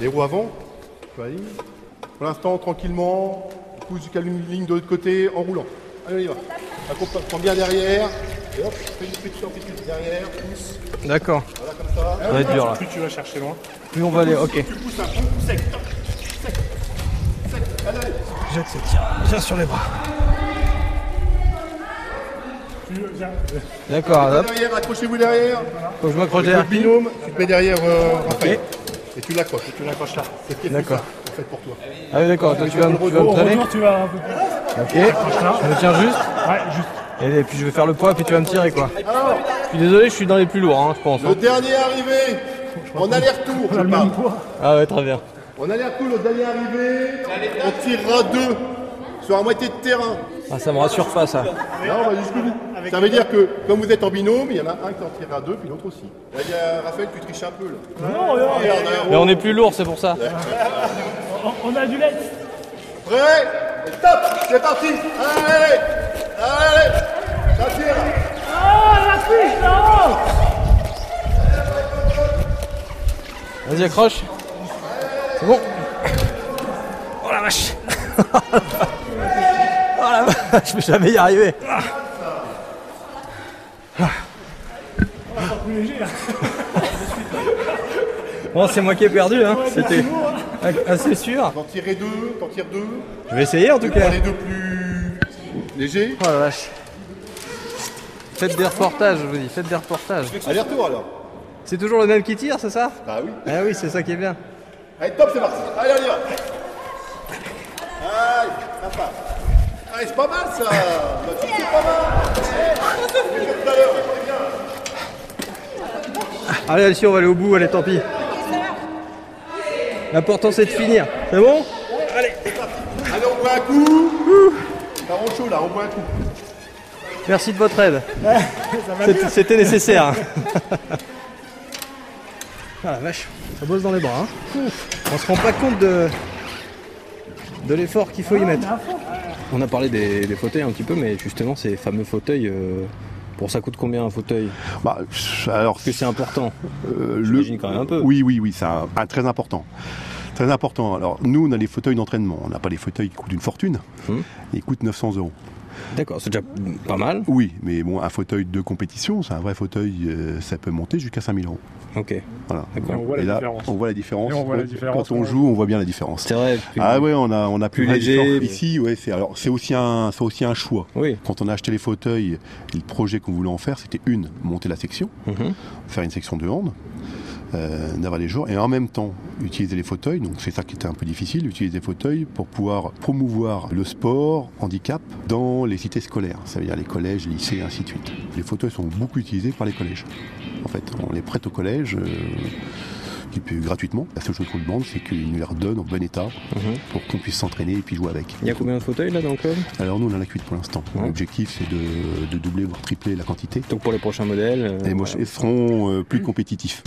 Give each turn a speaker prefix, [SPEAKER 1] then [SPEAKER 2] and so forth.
[SPEAKER 1] les roues avant. Flying. Pour l'instant, tranquillement, on pousse jusqu'à une ligne de l'autre côté en roulant. Allez, on y va. Accompagne, prends bien derrière. Et hop, fais une petite amplitude derrière, pousse,
[SPEAKER 2] D'accord.
[SPEAKER 1] voilà comme ça.
[SPEAKER 2] Ça va être dur là.
[SPEAKER 3] Plus tu vas chercher loin.
[SPEAKER 2] Plus on va aller. Ok.
[SPEAKER 1] Tu pousses un bon coup sec. Toc, Sec. Sec. Allez, allez.
[SPEAKER 2] J'accepte. Tiens sur les bras.
[SPEAKER 3] Plus viens.
[SPEAKER 2] D'accord. Hop.
[SPEAKER 1] Derrière, accrochez-vous derrière.
[SPEAKER 2] Faut que je m'accroche
[SPEAKER 1] Le
[SPEAKER 2] derrière.
[SPEAKER 1] binôme, tu te mets derrière euh, Raphaël. Et tu l'accroches.
[SPEAKER 3] Tu l'accroches là.
[SPEAKER 1] C'est plus
[SPEAKER 2] D'accord.
[SPEAKER 1] simple, en fait pour toi.
[SPEAKER 2] Ah oui, d'accord. Donc tu vas, me- tu vas me
[SPEAKER 3] Au
[SPEAKER 2] traîner.
[SPEAKER 3] retour, tu vas un peu plus.
[SPEAKER 2] Ok. Je me tiens juste.
[SPEAKER 3] Ouais, juste.
[SPEAKER 2] Et puis je vais faire le poids, puis tu vas me tirer quoi. Je suis désolé, je suis dans les plus lourds, hein, je pense. hein.
[SPEAKER 1] Le dernier arrivé. En aller-retour, je
[SPEAKER 3] Le
[SPEAKER 1] parle.
[SPEAKER 3] même poids.
[SPEAKER 2] Ah ouais, très bien.
[SPEAKER 1] En aller-retour, le dernier arrivé. On tirera deux sur la moitié de terrain.
[SPEAKER 2] Ah, ça me rassure pas ça.
[SPEAKER 1] Là, on va jusqu'au bout. Ça veut dire que comme vous êtes en binôme, il y en a un qui en tirera deux, puis l'autre aussi. Là, il y a Eh Raphaël, tu triches un peu là.
[SPEAKER 3] Non, non,
[SPEAKER 1] Regarde,
[SPEAKER 2] Mais on est plus lourd, c'est pour ça.
[SPEAKER 3] on- on a du lait.
[SPEAKER 1] Prêt Et Top C'est parti Allez Allez Ça tire
[SPEAKER 3] Oh, la fiche là-haut
[SPEAKER 2] Vas-y, accroche. C'est bon. Oh la vache. oh la vache, je vais jamais y arriver.
[SPEAKER 3] Plus léger là.
[SPEAKER 2] Bon, c'est moi qui ai perdu, hein. C'était assez sûr.
[SPEAKER 1] T'en tirer deux, t'en tires deux.
[SPEAKER 2] Je vais essayer en tout
[SPEAKER 1] Prends
[SPEAKER 2] cas.
[SPEAKER 1] les deux plus légers.
[SPEAKER 2] Oh la vache. Faites des reportages, je vous dis, faites des reportages.
[SPEAKER 1] Aller-retour alors
[SPEAKER 2] C'est toujours le même qui tire, c'est ça
[SPEAKER 1] Bah oui.
[SPEAKER 2] Ah oui, c'est ça qui est bien.
[SPEAKER 1] Allez, top, c'est parti. Allez, on y va. Allez, sympa. Allez, c'est pas mal ça. Bah, tu sais, c'est pas mal. Allez, comme tout à l'heure.
[SPEAKER 2] Allez, Alcy, on va aller au bout, allez, tant pis. L'important, c'est de finir. C'est bon
[SPEAKER 1] Allez, on boit un coup. Ça rend chaud là, on boit un coup.
[SPEAKER 2] Merci de votre aide. C'était- C'était nécessaire. ah la vache, ça bosse dans les bras. hein. Ouf. On se rend pas compte de, de l'effort qu'il faut y mettre.
[SPEAKER 4] On a parlé des, des fauteuils un petit peu, mais justement ces fameux fauteuils, euh, pour ça coûte combien un fauteuil
[SPEAKER 5] Bah, alors,
[SPEAKER 4] Parce que c'est important.
[SPEAKER 5] euh, le-
[SPEAKER 4] j'imagine quand même un peu.
[SPEAKER 5] Oui, oui, oui, c'est un, un très important. Très important. Alors, nous, on a les fauteuils d'entraînement. On n'a pas les fauteuils qui coûtent une fortune.
[SPEAKER 4] Hum.
[SPEAKER 5] Ils coûtent 900 euros.
[SPEAKER 4] D'accord, c'est déjà pas mal.
[SPEAKER 5] Oui, mais bon, un fauteuil de compétition, c'est un vrai fauteuil, euh, ça peut monter jusqu'à 5000 euros.
[SPEAKER 4] Ok.
[SPEAKER 5] Voilà.
[SPEAKER 4] D'accord.
[SPEAKER 3] On voit la
[SPEAKER 5] Et là,
[SPEAKER 3] différence.
[SPEAKER 5] on voit la différence.
[SPEAKER 3] Et on voit la
[SPEAKER 5] Quand-
[SPEAKER 3] différence,
[SPEAKER 5] Quand on
[SPEAKER 3] ouais.
[SPEAKER 5] joue, on voit bien la différence.
[SPEAKER 4] C'est vrai.
[SPEAKER 5] Ah ouais, on a, on a
[SPEAKER 4] Plus
[SPEAKER 5] plein de
[SPEAKER 4] léger,
[SPEAKER 5] différences.
[SPEAKER 4] mais-
[SPEAKER 5] Ici, ouais, c'est alors c'est aussi un, c'est aussi un choix.
[SPEAKER 4] Oui.
[SPEAKER 5] Quand on a acheté les fauteuils, et le projet qu'on voulait en faire, c'était une, monter la section,
[SPEAKER 4] Mhm.
[SPEAKER 5] faire une section de hand, euh, d'avoir les jours, et en même temps utiliser les fauteuils. Donc c'est ça qui était un peu difficile, utiliser les fauteuils pour pouvoir promouvoir le sport handicap dans les cités scolaires, ça veut dire les collèges, les lycées, et ainsi de suite. Les fauteuils sont beaucoup utilisés par les collèges. En fait, on les prête aux collèges. euh, qui peut- gratuitement. La seule chose qu'on demande, c'est qu'ils nous les redonnent en bon état pour qu'on puisse s'entraîner et puis jouer avec.
[SPEAKER 4] Mhm. Il y a combien de fauteuils là dans le club
[SPEAKER 5] Alors nous, on en a 8 pour l'instant.
[SPEAKER 4] Ouais.
[SPEAKER 5] L'objectif, c'est de, de doubler, voire tripler la quantité.
[SPEAKER 4] Donc pour les prochains modèles. euh,
[SPEAKER 5] Et moi, ils seront euh, plus compétitifs.